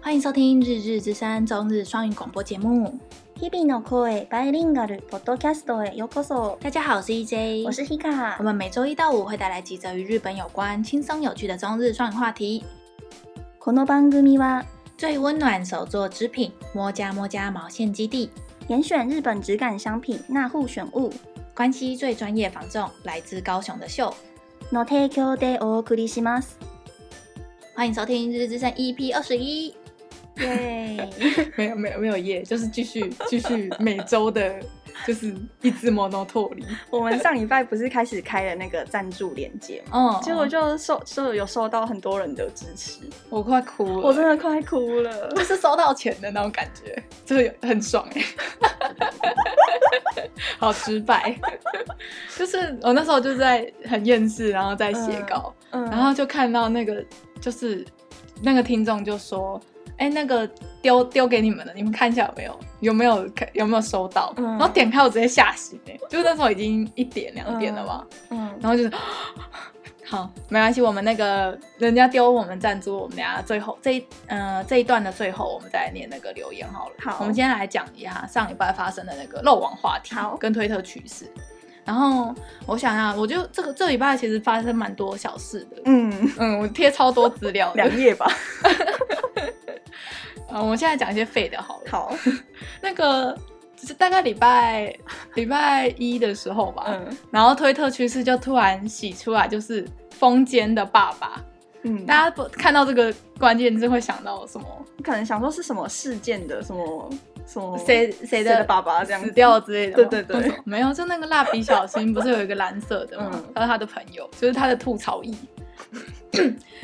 欢迎收听《日日之声》中日双语广播节目。日々の声バイリンガルポッドキャストへようこそ。大家好，我是 EJ，我是 Hika 我。们每周一到五会带来几则与日本有关、轻松有趣的中日双语话题。この番組は最温暖手作织品摸家摸家毛线基地，严选日本质感商品那户选物关西最专业防重，来自高雄的秀。の提供でお送りします。欢迎收听《日日之声》EP 二十一。耶！没有没有没有耶，就是继续 继续每周的，就是一直 monotory。我们上礼拜不是开始开了那个赞助链接吗？嗯，结果就受就有受到很多人的支持，我快哭了，我真的快哭了。就是收到钱的那种感觉， 就是很爽 哎、好直白。 就是我那时候就在很厌世，然后在写稿，嗯，然后就看到那个就是那个听众就说。哎、那个丢丢给你们了，你们看一下有没有有没有看有没有收到？嗯然后点开我直接吓醒哎、就是那时候已经一点两点了吧，嗯，然后就是 好，没关系，我们那个人家丢我们赞助，我们等下最后这一呃这一段的最后，我们再来念那个留言好了。好我们今天来讲一下上礼拜发生的那个漏网话题好，跟推特趋势。然后我想啊，我就这个这礼拜其实发生蛮多小事的， 嗯，嗯，我贴超多资料的。两页吧。呃，我们现在讲一些废的好了。 好，那个就是大概礼拜礼拜一的时候吧，嗯然后推特趋势就突然洗出来，就是风间的爸爸。嗯，大家不看到这个关键字会想到什么？可能想说是什么事件的什么什么谁谁谁的的爸爸啊这样死子，掉之类的吗？对对那对种，没有，就那个蜡笔小新不是有一个蓝色的吗？嗯他是他的朋友，就是他的吐槽艺。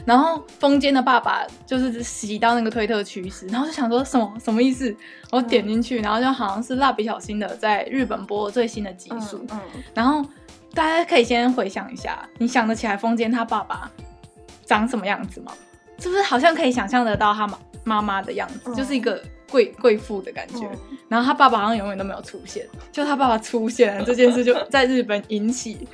然后风间的爸爸就是洗到那个推特趋势，然后就想说什么什么意思？我点进去，然后就好像是蜡笔小新的在日本播最新的集数，嗯嗯然后大家可以先回想一下，你想得起来风间他爸爸长什么样子吗？是不是好像可以想象得到他妈妈妈的样子，嗯就是一个贵贵妇的感觉。嗯然后他爸爸好像永远都没有出现，就他爸爸出现了这件 事就在日本引起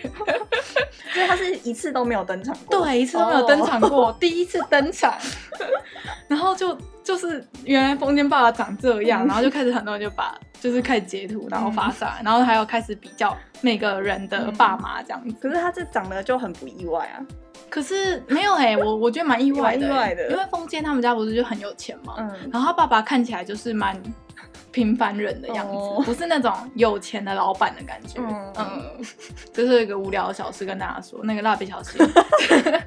所以他是一次都没有登场过。，哦对一次都没有登场过，哦第一次登 场，然后就就是原来风间爸爸长这样，嗯然后就开始很多人就把就是开始截图，然后发上来，然后还有开始比较每个人的爸妈这样子。可是他这长得就很不意外啊。可是没有哎、我我觉得蛮意外的欸、蛮意外的因为风间他们家不是就很有钱嘛，嗯然后他爸爸看起来就是蛮平凡人的样子，哦不是那种有钱的老板的感觉，嗯嗯，这、是一个无聊的小事跟大家说，那个蜡笔小新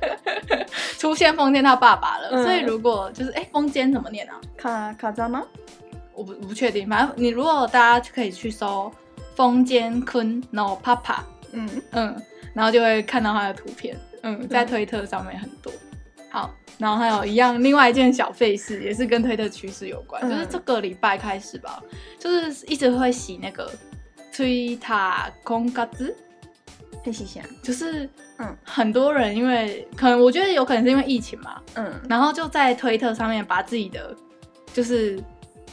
出现风间他爸爸了，嗯所以如果就是哎、风间怎么念啊？卡卡扎吗？我不我不确定，反正你如果大家可以去搜风间坤 no papa，嗯，嗯，然后就会看到他的图片，嗯，在推特上面很多。好，然后还有一样，另外一件小费事也是跟推特趋势有关，嗯就是这个礼拜开始吧，就是一直会洗那个 Twitter 空格子，谢谢啊谢。就是嗯嗯，很多人因为可能我觉得有可能是因为疫情嘛，嗯然后就在推特上面把自己的就是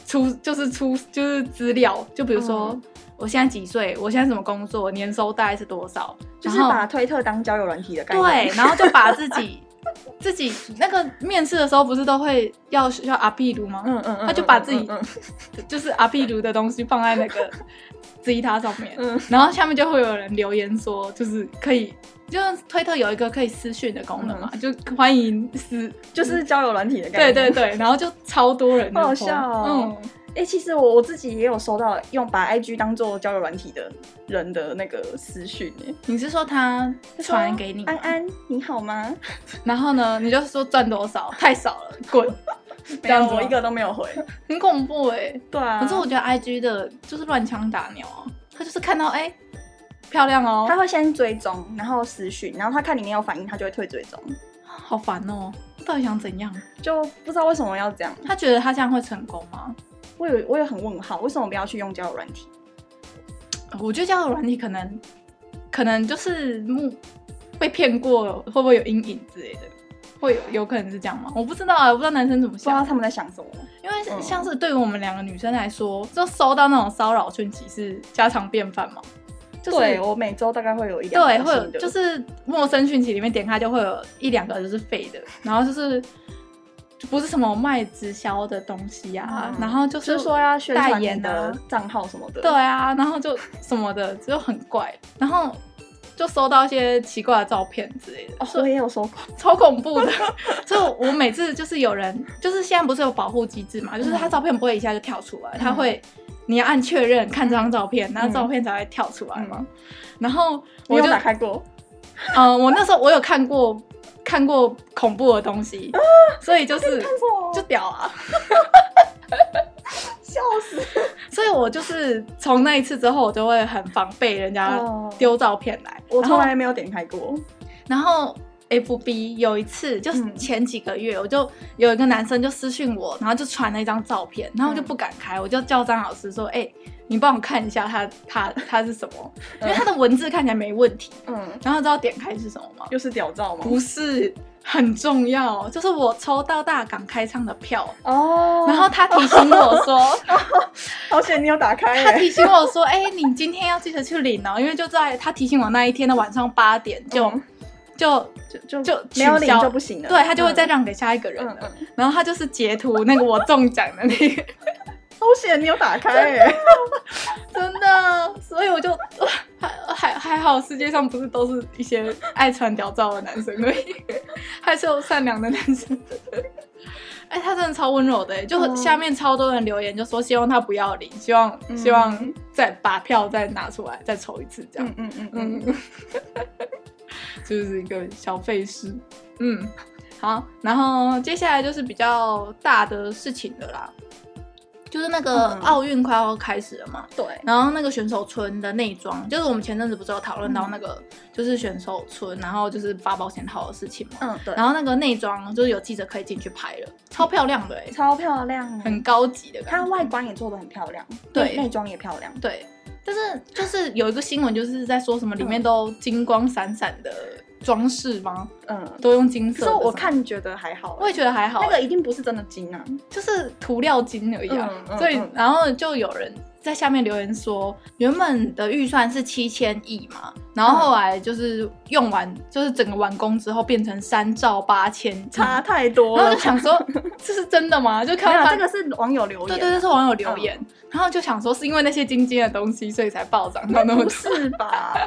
出就是出就是资料，就比如说。嗯我现在几岁？我现在什么工作？年收大概是多少？就是然后把推特当交友软体的概念。对，然后就把自己自己那个面试的时候不是都会要要阿屁卢吗？嗯，嗯嗯嗯，他就把自己嗯就是阿屁卢的东西放在那 个吉他上面，嗯然后下面就会有人留言说，就是可以。就是推特有一个可以私讯的功能嗯嘛，就欢迎私，就是交友软体的概嗯对念。对对，然后就超多人的好好 po，笑哦嗯，哎、其实我我自己也有收到用把 IG 当做交友软体的人的那个私讯、欸，你是说他他说传给你吗，安安你好吗？ 然后呢，你就说赚多少，太少了，滚，这没有，样子吗我一个都没有回。很恐怖哎、对啊，可是我觉得 I G 的就是乱枪打鸟啊，他就是看到哎、漂亮哦他，会先追踪，然后私讯，然后他看你没有反应，他就会退追踪。好烦哦，到底想怎样？就不知道为什么要这样，他觉得他这样会成功吗？我有我也很问号，为什么不要去用交友软体？我觉得交友软体可能可能就是目被骗过，会不会有阴影之类的？会有有可能是这样吗？我不知道啊，我不知道男生怎么不知道想，他们在想什么。因为嗯是像是对于我们两个女生来说，就收到那种骚扰讯息是家常便饭嘛，就是对我每周大概会有一两对，条会有新的就是陌生讯息里面点开就会有一两个就是废的，然后就是就不是什么卖直销的东西啊，嗯然后就就是是说要宣代传言你啊的账号什么的。对啊，然后就什么的就很怪，然后就收到一些奇怪的照片之类的，哦，所我以也有收过。超恐怖的。 所以我每次就是有人，就是现在不是有保护机制嗯嘛，就是他照片不会一下就跳出来，他会你要按确认看这嗯张照片，那照片才会跳出来嘛。然后你我有就打开过？嗯，我那时候我有看过看过恐怖的东西，啊所以就是就就屌啊！哦笑 死。所以我就是从那一次之后，我就会很防备人家哦丢照片来。我然后从来没有点开过。然后 FB 有一次，就是嗯前几个月，我就有一个男生就私讯我，然后就传了一张照片，然后我嗯就不敢开，我就叫张老师说：“哎、你帮我看一下他他他是什么？因为他的文字看起来没问题。嗯，然后知道点开是什么吗？又是屌照吗？不是很重要，就是我抽到大港开唱的票，哦然后他提醒我说， 好险你有打开欸他耶、提醒我说，哎、你今天要记得去领哦，因为就在他提醒我那一天的晚上八点就、嗯就就就就没有取消领就不行了。对他就会再嗯让给下一个人嗯了。嗯，然后他就是截图那个我中奖的那个，好险你有打开欸耶、真的，所以我就 还还还好，世界上不是都是一些爱传屌照的男生而已， 还是有善良的男生。哎、他真的超温柔的、就是嗯下面超多人留言，就说希望他不要领，希望、嗯希望再把票再拿出来，再抽一次这样。嗯嗯嗯嗯， 嗯，就是一个小费事。嗯，好，然后接下来就是比较大的事情了啦，就是那个嗯奥运快要开始了嘛，对，然后那个选手村的内装，就是我们前阵子不是有讨论到那个，就是选手村，然后就是发保险套的事情嘛。嗯对，然后那个内装就是有记者可以进去拍了，超漂亮的、欸，超漂亮耶、很高级的感它觉。外观也做的很漂亮，对内内装也漂亮。对，但是就是有一个新闻就是在说什么里面都金光闪闪的装饰吗？嗯，都用金色可的是什么。我看觉得还好耶、欸我也觉得还好、欸那个一定不是真的金 啊。就是涂料金而已啊。嗯嗯所以嗯，然后就有人在下面留言说，原本的预算是七千亿嘛，然后后来就是用完，就是整个完工之后变成三兆八千亿，嗯差太多然后了就。想说，这是真的 吗？就没看有啊到，他这个是网友留言。嗯对对对，是网友留言，然后就想说是因为那些金金的东西，所以才暴涨到那么不多。是吧？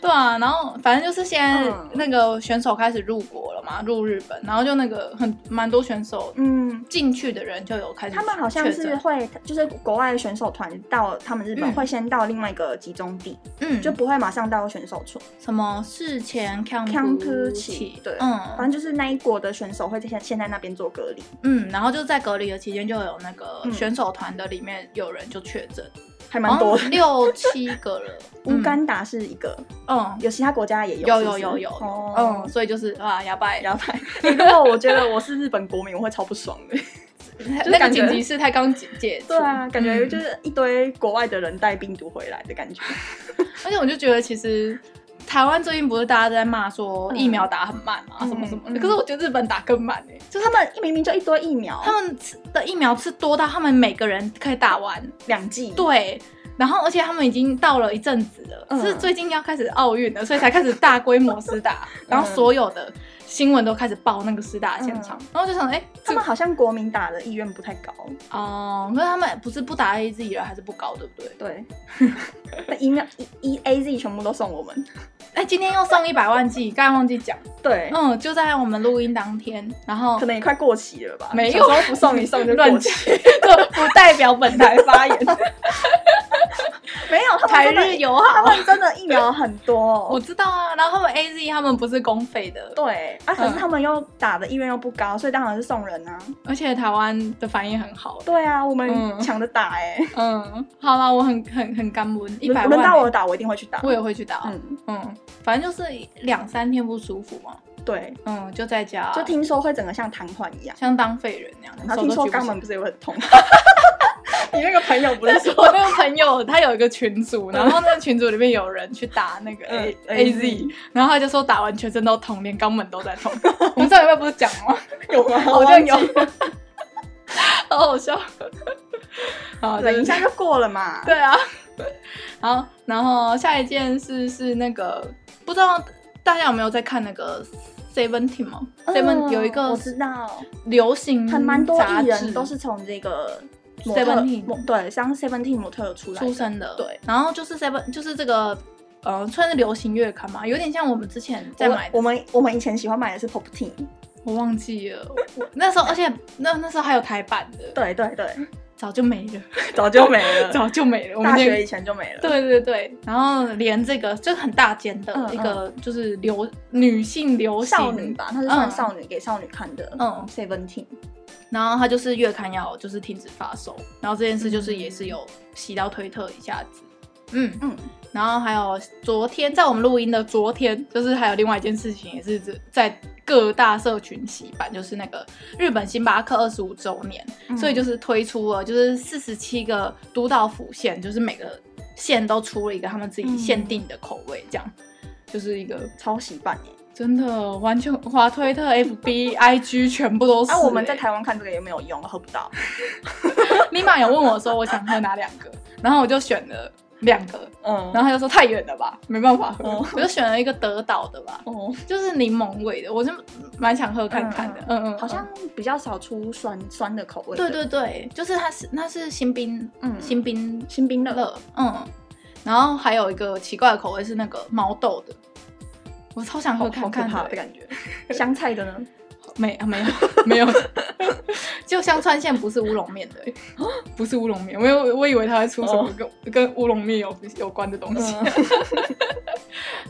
对啊，然后反正就是现在嗯那个选手开始入国了嘛，入日本，然后就那个很蛮多选手嗯，进去的人就有开始他们好像确是诊会，就是国外选手团到他们日本嗯会先到另外一个集中地，嗯就不会马上到选手村。什么事前康康普普奇奇，对反嗯正就是那一国的选手会先先在那边做隔离。嗯，然后就在隔离的期间，就有那个嗯选手团的里面有人就确诊，还蛮多好像的。六七个了， 乌嗯，干达是一个，哦嗯，有其他国家也有是不有是有有，哦嗯，，所以就是啊，哑巴，然后 如果我觉得我是日本国民，我会超不爽的。那个感觉紧急事态刚解解除，对啊，感觉嗯就是一堆国外的人带病毒回来的感觉。而且我就觉得其实。台湾最近不是大家都在骂说嗯疫苗打很慢嘛，什么什么的，嗯嗯可是我觉得日本打更慢哎、就是他们明明就一堆疫苗，他们吃的疫苗是多到他们每个人可以打完，两剂，对，然后而且他们已经到了一阵子了，嗯是最近要开始奥运了，所以才开始大规模施 打，嗯然后所有的新闻都开始报那个施打的现嗯场，然后就想，哎、他这们好像国民打的意愿不太高。哦，可是他们不是不打 A Z 了，还是不搞，对不对？对， 那疫苗 E E A Z 全部都送我们。哎，今天又送一百万剂，刚才忘记讲，对，嗯，就在我们录音当天，然后哎可能也快过期了吧？没有有时候不送一送就 乱过讲 期。，这不代表本台发 言，没有，他台们真日的，友他好。们真的疫苗很多哦。 我知道啊，然后他们 A Z 他们不是公费的，对啊，嗯可是他们又打的意愿又不高，所以当然是送人啊。而且台湾的反应很好，对啊，我们嗯抢着打哎、欸，嗯，好啦，我很很很感恩，一百万、欸轮到我，打，我一定会去打。我也会去打。嗯嗯，反正就是两三天不舒服嘛，对，嗯，就在家，就听说会整个像瘫痪一样，像当废人那样。然后手都听说举不肛起来门不是也会很痛。 你那个朋友不是说我那个朋友他有一个群组，然后那个群组里面有人去打那个 A 嗯 A Z， AZ 然后他就说打完全身都痛，连肛门都在痛。我们上礼拜不是讲哦 吗？ 有吗？我我就就有，好好笑。好，等一就是下就过了嘛。对啊， 好，然后下一件事是那个，不知道大家有没有在看那个《 Seventeen 吗嗯？Seven 有一个我知道，流行还蛮多杂艺志人都是从这个模特 Seventeen 模对，像 Seventeen 模特出来出的身的，对。然后就是 Seven 就是这个呃，算是流行月刊嘛，有点像我们之前在我买的我们我们以前喜欢买的是 Pop Teen，我忘记了，我那时候，而且那那时候还有台版的，，对对 对，早就没了， 早就没 了，早就没了。我们大那学以前就没 了。对对对，然后连这个就是很大间的嗯一个，就是流、女性流行少女吧，她是算少女给少女看的。嗯，Seventeen，然后它就是月刊要就是停止发售，然后这件事就是也是有洗到推特一下子，嗯，嗯，然后还有昨天在我们录音的昨天，就是还有另外一件事情也是在各大社群洗版，就是那个日本星巴克二十五周年，嗯所以就是推出了就是四十七个都道府县，就是每个县都出了一个他们自己限定的口味，这样、就是一个抄袭版耶。真的完全滑推特、FB、IG 全部都是、啊，我们在欸台湾看这个也没有用，喝不到。立马有问我说我想喝哪两个，然后我就选了两个，嗯然后他就说太远了吧，没办法喝，哦我就选了一个德岛的吧，哦，就是柠檬味的，我就蛮想喝看看的，嗯嗯，嗯好像比较少出酸酸的口味的。对对对，就是它是那是新冰，嗯新冰新冰乐乐，嗯，然后还有一个奇怪的口味是那个毛豆的，我超想喝好看看好可的欸怕的感觉。香菜的 呢？没啊没有没有，就香川县不是乌龙面的欸、不是乌龙面，我有我以为它会出什么哦嗯跟、跟乌龙面有有关的东西。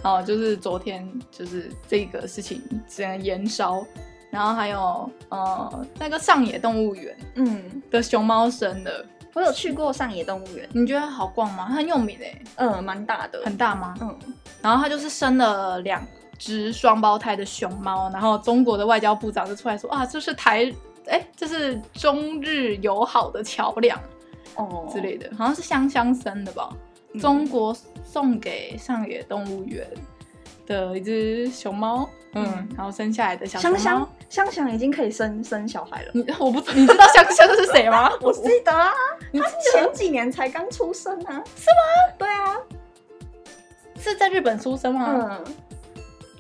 好，就是昨天就是这个事情只能延烧，然后还有呃那个上野动物园嗯，的熊猫生的，我有去过上野动物园，你觉得好逛吗？它很有名诶、嗯，蛮大的。很大吗？嗯，然后他就是生了两只双胞胎的熊猫，然后中国的外交部长就出来说啊，这是台哎，这是中日友好的桥梁哦之类的，好像是香香生的吧？嗯中国送给上野动物园的一只熊猫，嗯，嗯然后生下来的小熊香猫。香香香已经可以生生小孩 了。你我不你知道香香是谁吗？ 我记得啊，你他前几年才刚出生啊，是吗？对啊，是在日本出生吗？嗯，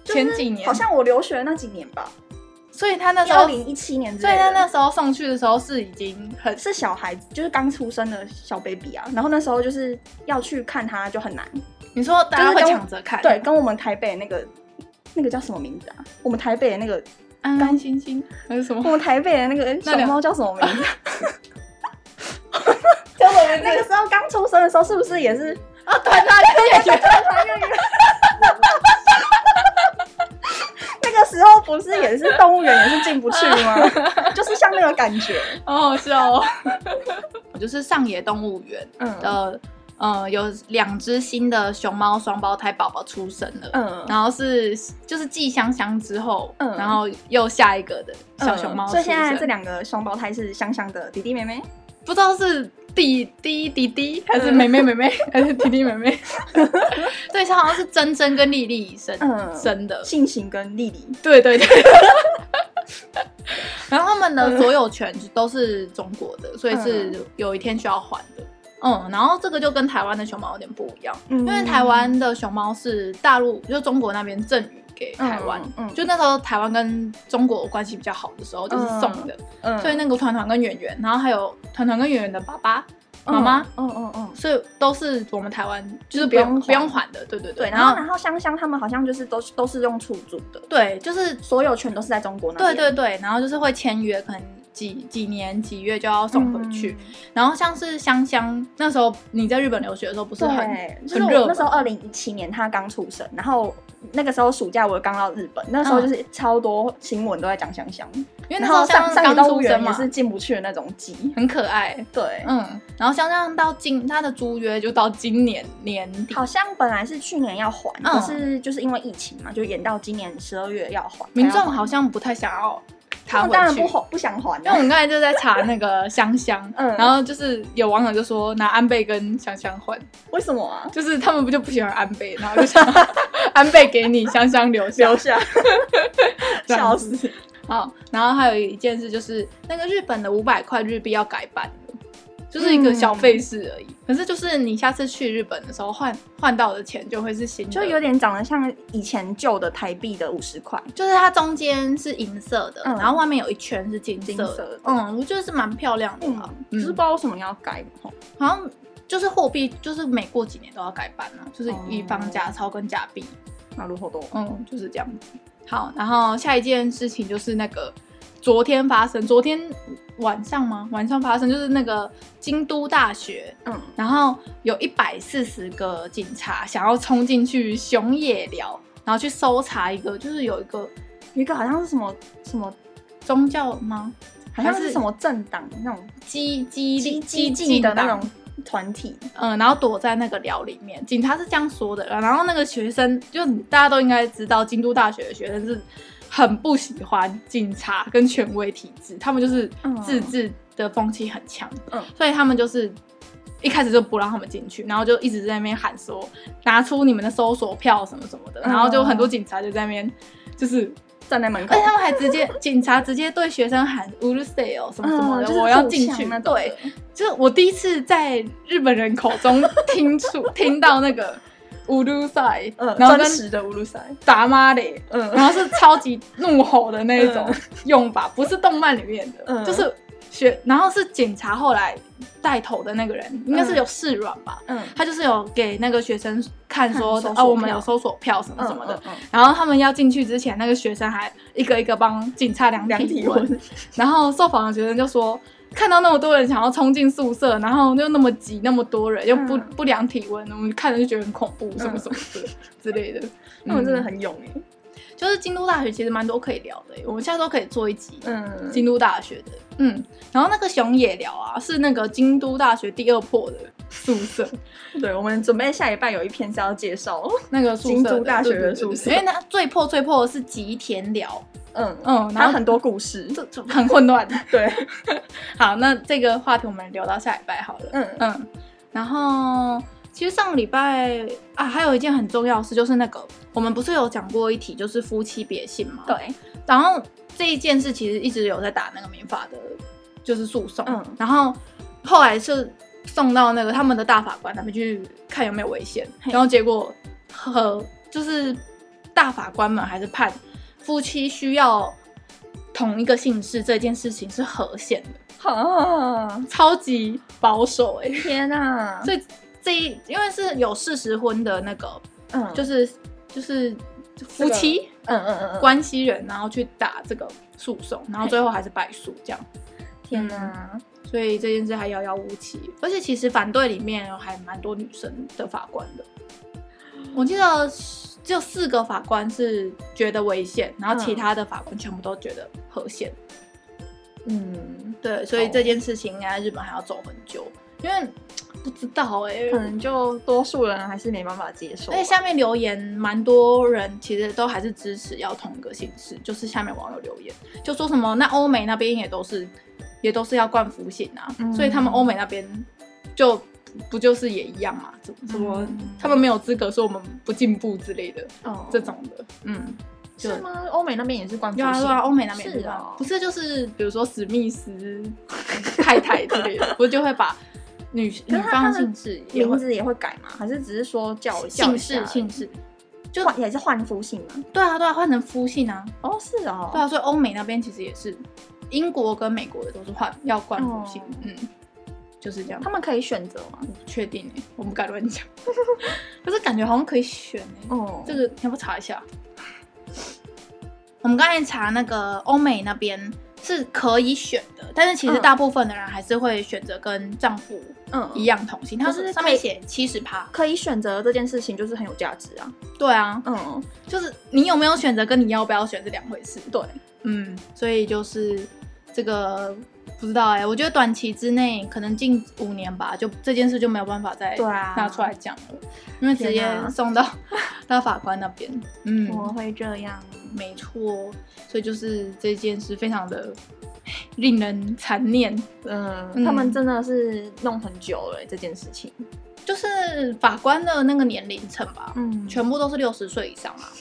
前几年好像我留学那几年吧，所以他那时二候，零一七年之所以类他的，那时候送去的时候是已经很是小孩子，就是刚出生的小 baby 啊。然后那时候就是要去看他就很难，你说大家就是会跟抢着看，对，跟我们台北那个那个叫什么名字啊？我们台北的那个，安安心心还是什么我？们台北的那个那小两猫叫什么名字？ 叫我们那个时候刚出生的时候是不是也是啊，团团圆圆， 那个时候不是也是动物园也是进不去吗？就是像那个感 觉，好好笑哦。 就是上野动物园嗯的，呃，有两只新的熊猫双胞胎宝宝出生了，嗯然后是就是继香香之后，嗯然后又下一个的小熊猫出生，所以现在这两个双胞胎是香香的弟弟妹妹，不知道是弟弟弟弟还嗯是妹妹妹妹还是弟弟妹 妹，对，它好像是珍珍跟丽丽生嗯生的，信行跟丽丽，对对对。 然后他们嗯的所有权都是中国的，所以是有一天需要还的。嗯，然后这个就跟台湾的熊猫有点不一样，因因为台湾的熊猫是大陆，就中国那边赠予给台湾。嗯就那时候台湾跟中国关系比较好的时候，就是送的，嗯所以那个团团跟圆圆，然后还有团团跟圆圆的爸爸、妈妈，，嗯嗯嗯。所以都是我们台湾就是嗯不用不不用还用还的，对对对，对。然后然后香香他们好像就是都是都是用出租的，对，就是所有权都是在中国那对边。对对，然后就是会签约，可能几几年几月就要送回去。嗯然后像是香香那时候你在日本留学的时候，不是很对，就是很热我那门时候二零一七年他刚出生，然后那个时候暑假我刚到日本，那时候就是超多新闻都在讲香香，嗯因为那然时候后香上上香野刚动出物园生也嘛，是进不去的那种鸡。很可爱。对，嗯，然后香香到今她的租约就到今年年底，好像本来是去年要还，嗯可是就是因为疫情嘛，就延到今年十二月要还。民众才要还好像不太想要她他回们当然去不。还不想还因为我啊，们刚才就在查那个香 香，嗯然后就是有网友就说拿安倍跟香香换，为什么啊？就是他们不就不喜欢安倍，然后就想 安倍给你，香香留下，留 下，这笑样子死！好，然后还有一件事就是那个日本的五百块日币要改版了，就是一个小嗯费事而已。可是就是你下次去日本的时候换换到的钱就会是新的，就有点长得像以前旧的台币的五十块，就是它中间是银色的，嗯然后外面有一圈是金色金的。色的嗯，我觉得是蛮漂亮的嗯啦，，嗯只是不知道为什么要改吼好像就是货币，就是每过几年都要改版啊，哦就是以防假钞跟假币。那如何多嗯，就是这样子。好，然后下一件事情就是那个昨天发生，昨天晚上吗？晚上发生就是那个京都大学，嗯，然后有一百四十个警察想要冲进去熊野寮，然后去搜查一个，就是有一个有一个好像是什么什么，宗教吗？好像还是是什么政党那种激激激励激进进的那党种团体，嗯，然后躲在那个寮里面。警察是这样说的，然后那个学生就大家都应该知道，京都大学的学生是很不喜欢警察跟权威体制，他们就是嗯自治的风气很强，嗯所以他们就是。一开始就不让他们进去，然后就一直在那边喊说拿出你们的搜索票什么什么的，然后就很多嗯警察就在那边就是站在门口而且，他们还直 接警察直接对学生喊“乌鲁塞哦”什么什么嗯的，就是我要互进呛去那。种对的，就是我第一次在日本人口中听出 听到那个“乌鲁塞”，嗯，然后跟真实的乌鲁塞， “达妈嘞”，然嗯，后是超级怒吼的那一呃种用法，不是动漫里面的，嗯就是学，然后是警察后来带头的那个人，应该是有试软吧。嗯，他就是有给那个学生看说，看搜索哦，我们票有搜索票什么什么的，嗯，嗯然后他们要进去之前，那个学生还一个一个帮警察量嗯量体体温。温，然后受访的学生就说，看到那么多人想要冲进宿舍，然后又那么挤，那么多人又不、嗯不量体温，我们看着就觉得很恐怖，什么嗯什么的、 之类的。他们真的嗯很勇哎，就是京都大学其实蛮多可以聊的耶，我们下周可以做一集。嗯，京都大学的，嗯，然后那个熊野寮啊，是那个京都大学第二破的宿舍，对，我们准备下礼拜有一篇是要介绍，那个宿舍的京都大学的对对对宿舍因为那最破最破的是吉田寮，嗯，嗯，然它后很多故事，这这很混乱。 对，好，那这个话题我们留到下礼拜好了。嗯嗯，然后其实上礼拜啊，还有一件很重要的事，就是那个我们不是有讲过一题，就是夫妻别姓嘛。。对，然后这一件事其实一直有在打那个民法的，就是诉讼。嗯然后后来是送到那个他们的大法官那边去看有没有违宪，嘿然后结果和就是大法官们还是判夫妻需要同一个姓氏这件事情是合宪的，哈，超级保守哎、天啊，所以这一因为是有事实婚的那个，嗯，，就是是就是夫妻。嗯嗯嗯，嗯关系人，然后去打这个诉讼，然后最后还是败诉这样。天哪，所以这件事还遥遥无期，而且其实反对里面有还蛮多女生的法官的，我记得只有四个法官是觉得违宪，然后其他的法官全部都觉得合宪。嗯，对，所以这件事情应该日本还要走很久，因为不知道哎、可能就多数人还是没办法接受啊而吧，且下面留言蛮多人其实都还是支持要同一个姓氏，就是下面网友留言就说什么那欧美那边也都是也都是要冠夫姓啊，嗯所以他们欧美那边就不就是也一样嘛？怎么怎么、嗯他们没有资格说我们不进步之类的、哦这种的，嗯。就是吗？欧美那边也是冠夫有啊，姓对啊，欧美那边是也这样哦不是就是比如说史密斯太太之类 的，不是就会把女可女是他方他的们姓氏也名会字也会改吗？还是只是说叫姓氏姓氏，就换也是换夫姓吗？对啊对啊，换成夫姓啊，哦，是哦，对啊，所以欧美那边其实也是，英国跟美国的都是换要冠夫姓，哦嗯，就是这样。他们可以选择吗？不确定哎、我不敢乱讲， 可是感觉好像可以选哎、哦这个你要不查一下？我们刚才查那个欧美那边是可以选的，但是其实嗯大部分的人还是会选择跟丈夫嗯一样同姓，它就是是上可面以写七十趴。可以选择这件事情就是很有价值啊。对啊，嗯，就是你有没有选择跟你要不要选是两回事。对，嗯，所以就是这个不知道哎、我觉得短期之内可能近五年吧，就这件事就没有办法再对啊拿出来讲了，因为直接天哪哦送到 到法官那边。嗯怎，么会这样？没错，所以就是这件事非常的令人残念，嗯，他们真的是弄很久了欸这件事情。就是法官的那个年龄层吧，嗯，全部都是六十岁以上啊，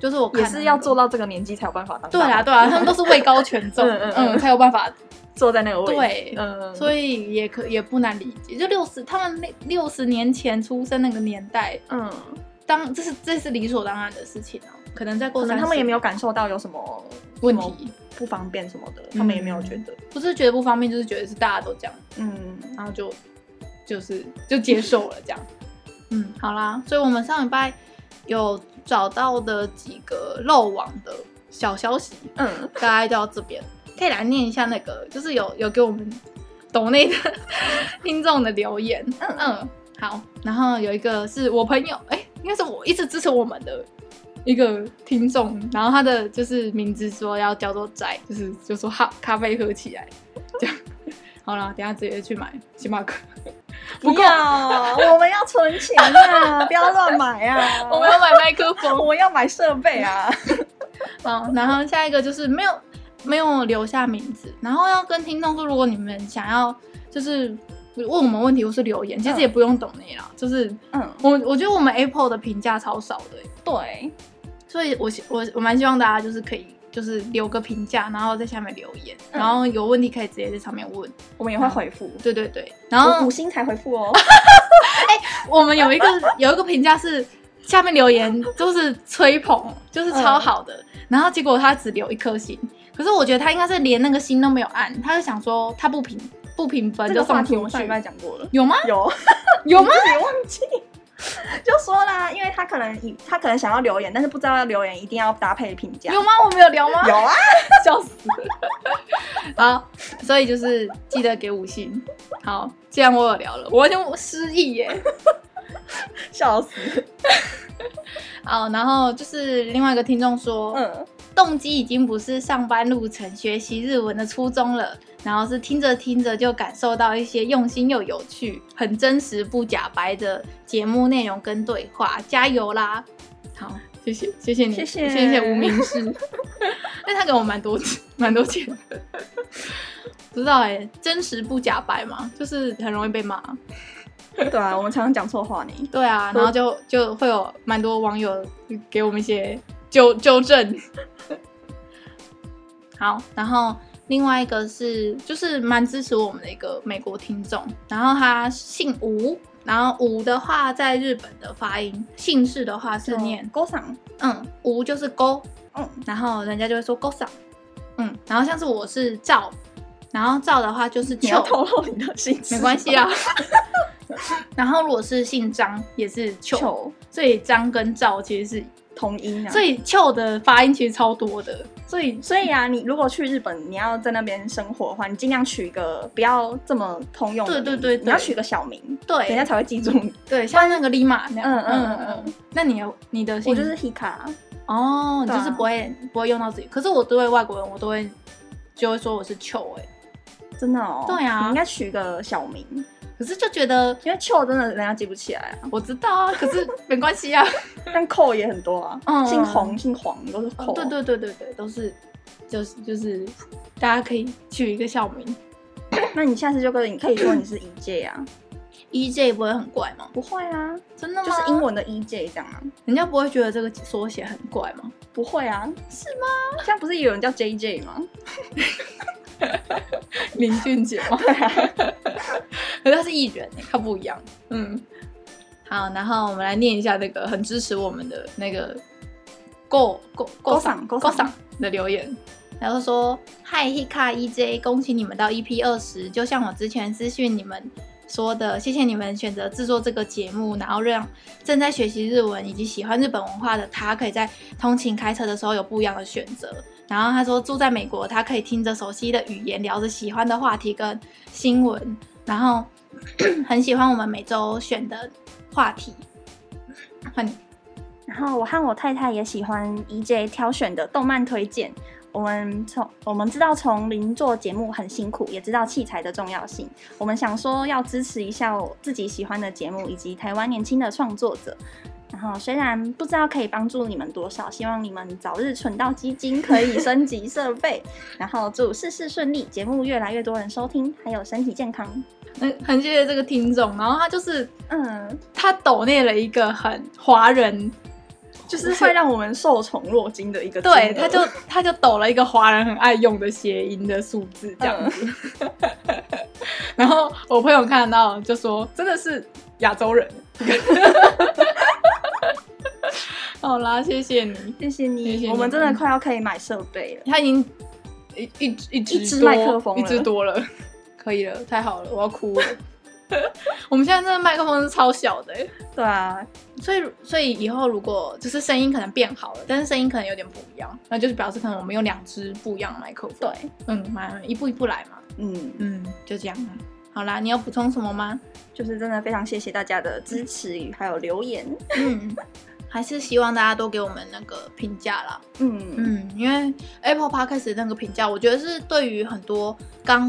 就是我看也的是那要个做到这个年纪才有办法当。啊 对啊，对啊，他们都是位高权重，嗯嗯嗯，嗯才有办法坐在那个位置。对嗯，以所以也可也不难理解，就六十他们那六十年前出生那个年代，嗯，当这是这是理所当然的事情啊，可能再过可能三他们也没有有感受到有什么问什么题，不方便什么的，他们也没有觉得，不是觉得不方便，就是觉得是大家都这样，嗯，然后就就是就接受了这样。嗯，好啦，所以我们上礼拜有找到的几个漏网的小消息，嗯，大概就到这边，可以来念一下那个，就是有有给我们抖内 的听众的留言。嗯嗯，好，然后有一个是我朋友，哎、应该是我一直支持我们的一个听众，然后他的就是名字说要叫做宅，就是就说哈咖啡喝起来这样。好啦，等一下直接去买星巴克，不够，要，我们要存 钱啊，不要乱买啊，我们要买麦克风我。们要买设备啊，好，嗯然后下一个就是没有没有留下名字，然后要跟听众说，如果你们想要就是问我们问题或是留言，其实也不用懂你啦，就是嗯，我我觉得我们 Apple 的评价超少的欸、对，所以我希我我蛮希望大家就是可以就是留个评价，然后在下面留言，嗯然后有问题可以直接在上面问。我们也会回复，对对对，然后五星才回复哦，我们有一个 有一个评价是下面留言都是吹捧，就是超好嗯的，然后结果他只留一颗星，可是我觉得他应该是连那个星都没有按，他就想说他不评不评分这啊就个话放题我出去们上礼，拜讲过了，有吗？有。 有吗？自己忘记。就说啦，因为他可能以他可能想要留言，但是不知道要留言一定要搭配评价。有吗？我们有聊吗？有啊， 笑死了。好，所以就是记得给五星。好，既然我有聊了，我完全失忆耶。笑死。好，然后就是另外一个听众说，嗯，动机已经不是上班路程学习日文的初衷了，然后是听着听着就感受到一些用心又有趣、很真实不假白的节目内容跟对话，加油啦！好，谢谢，谢谢你，谢谢谢谢无名氏，但他给我蛮多钱蛮多钱的，不知道哎、真实不假白嘛，就是很容易被骂。 对啊，我们常常讲错话呢。对啊，然后就就会有蛮多网友给我们一些纠纠正。 好，然后另外一个是就是蛮支持我们的一个美国听众，然后他姓吴，然后吴的话在日本的发音，姓氏的话是念啊勾上，嗯吴就是勾，嗯，然后人家就会说勾上，嗯，然后像是我是赵，然后赵的话就是你要秋透露你的心思，没关 系啊。 然后如果是姓张也是秋。求所以张跟赵其实是，同音啊。所以以翘的发音其实超多的，所以所以啊，你如果去日本，你要在那边生活的话，你尽量取一个不要这么通用的名字，对对对对你要取个小名，人家对才会记住你。对，像那个 Lima 那样，嗯嗯嗯嗯，那你有你的姓我就是 Hika，哦，你对啊就是不会不会用到自己，可是我对外国人我都会就会说我是翘哎，真的哦。对啊你应该取个小名，可是就觉得因为秋真的人家记不起来啊。我知道啊，可是没关系啊，但寇也很多啊，嗯 姓洪、姓黄都是哦寇。对对对对对，都是就是就是大家可以取一个校名那你下次就跟你可以说你是一届啊， ，EJ E 不会很怪吗？不会啊，真的吗？就是英，文的一届这样啊，人家不会觉得这个缩写很怪吗？不会啊，是吗？现在不是有人叫 JJ 吗？ 林俊杰吗？可是他是艺人、欸，他不一样。嗯，好，然后我们来念一下那个很支持我们的那个 Go Go 勾 Go 赏 Go 勾赏赏的留言。然后说：“嗨，Hika EJ，恭喜你们到 EP 二十！就像我之前私讯你们 E 说的，谢谢你们选择制作这个节目，然后让正在学习日文以及喜欢日本文化的他，可以在通勤开车的时候有不一样的选择。然后他说住在美国，他可以听着熟悉的语言，聊着喜欢的话题跟新闻，然后 很喜欢我们每周选的话题。换你，然后我和我太太也喜欢 EJ 挑选的动漫推荐。我们从我们知道从零做节目很辛苦，也知道器材的重要性。我们想说要支持一下我自己喜欢的节目，以及台湾年轻的创作者。然后虽然不知道可以帮助你们多少，希望你们早日存到基金，可以升级设 备。然后祝事事顺利，节目越来越多人收听，还有身体健康。很很谢谢这个听众，然后他就是嗯，他抖内了一个很华人就是会让我们受宠若惊的一个金额。对，他就他就抖了一个华人很爱用的谐音的数字这嗯样子。然后我朋友看到就说：“真的是亚洲人。” 好啦，谢谢你。谢谢你，谢谢你我们真的快要可以买设备了。他已经一一一只一只多麦克风一了只多了，可以了，太好了，我要哭了。 我们现在这个麦克风是超小的欸、对啊，所以所以以后如果就是声音可能变好了，但是声音可能有点不一样，那就是表示可能我们有两只不一样的麦克风。对，嗯，蛮一步一步来嘛。嗯，嗯，就这样。好啦，你要补充什么吗？就是真的非常谢谢大家的支持与还有留言。嗯，还是希望大家多给我们那个评价啦。嗯，嗯，因为 Apple Podcast 那个评价，我觉得是对于很多刚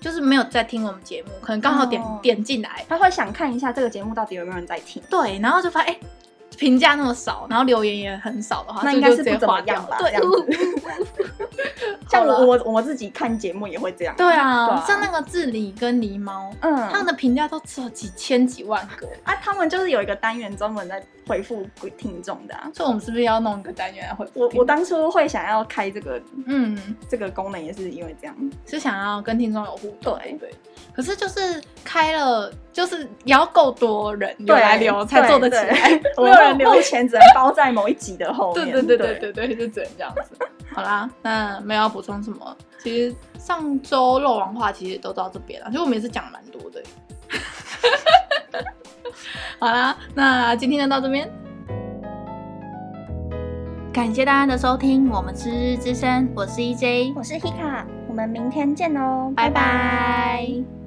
就是没有在听我们节目，可能刚好点、哦点进来，他会想看一下这个节目到底有没有人在听。对，然后就发现哎。评价那么少，然后留言也很少的话，那这应个该就是直接不怎么划掉样吧对这样， 像我我我自己看节目也会这样。对啊，对啊像那个治理跟狸猫，嗯，他们的评价都只有几千几万个，啊，他们就是有一个单元专门在回复听众的、啊。所以我们是不是要弄一个单元来回复我听我当初会想要开这个嗯，这个功能，也是因为这样。是想要跟听众有互动，对对。可是就是开了，就是也要够多人有对来留才对做得起对来，我 没们有人目留目。前只能包在某一集的后面。对对对对对对，就只能这样子。 好啦，那没有要补充什么。其实上周漏网话题也都到这边了，其实我们也是讲蛮多的。 好啦，那今天就到这边。感谢大家的收听，我们是日之声，我是 E EJ，我是 Hika，我们明天见哦，拜拜拜拜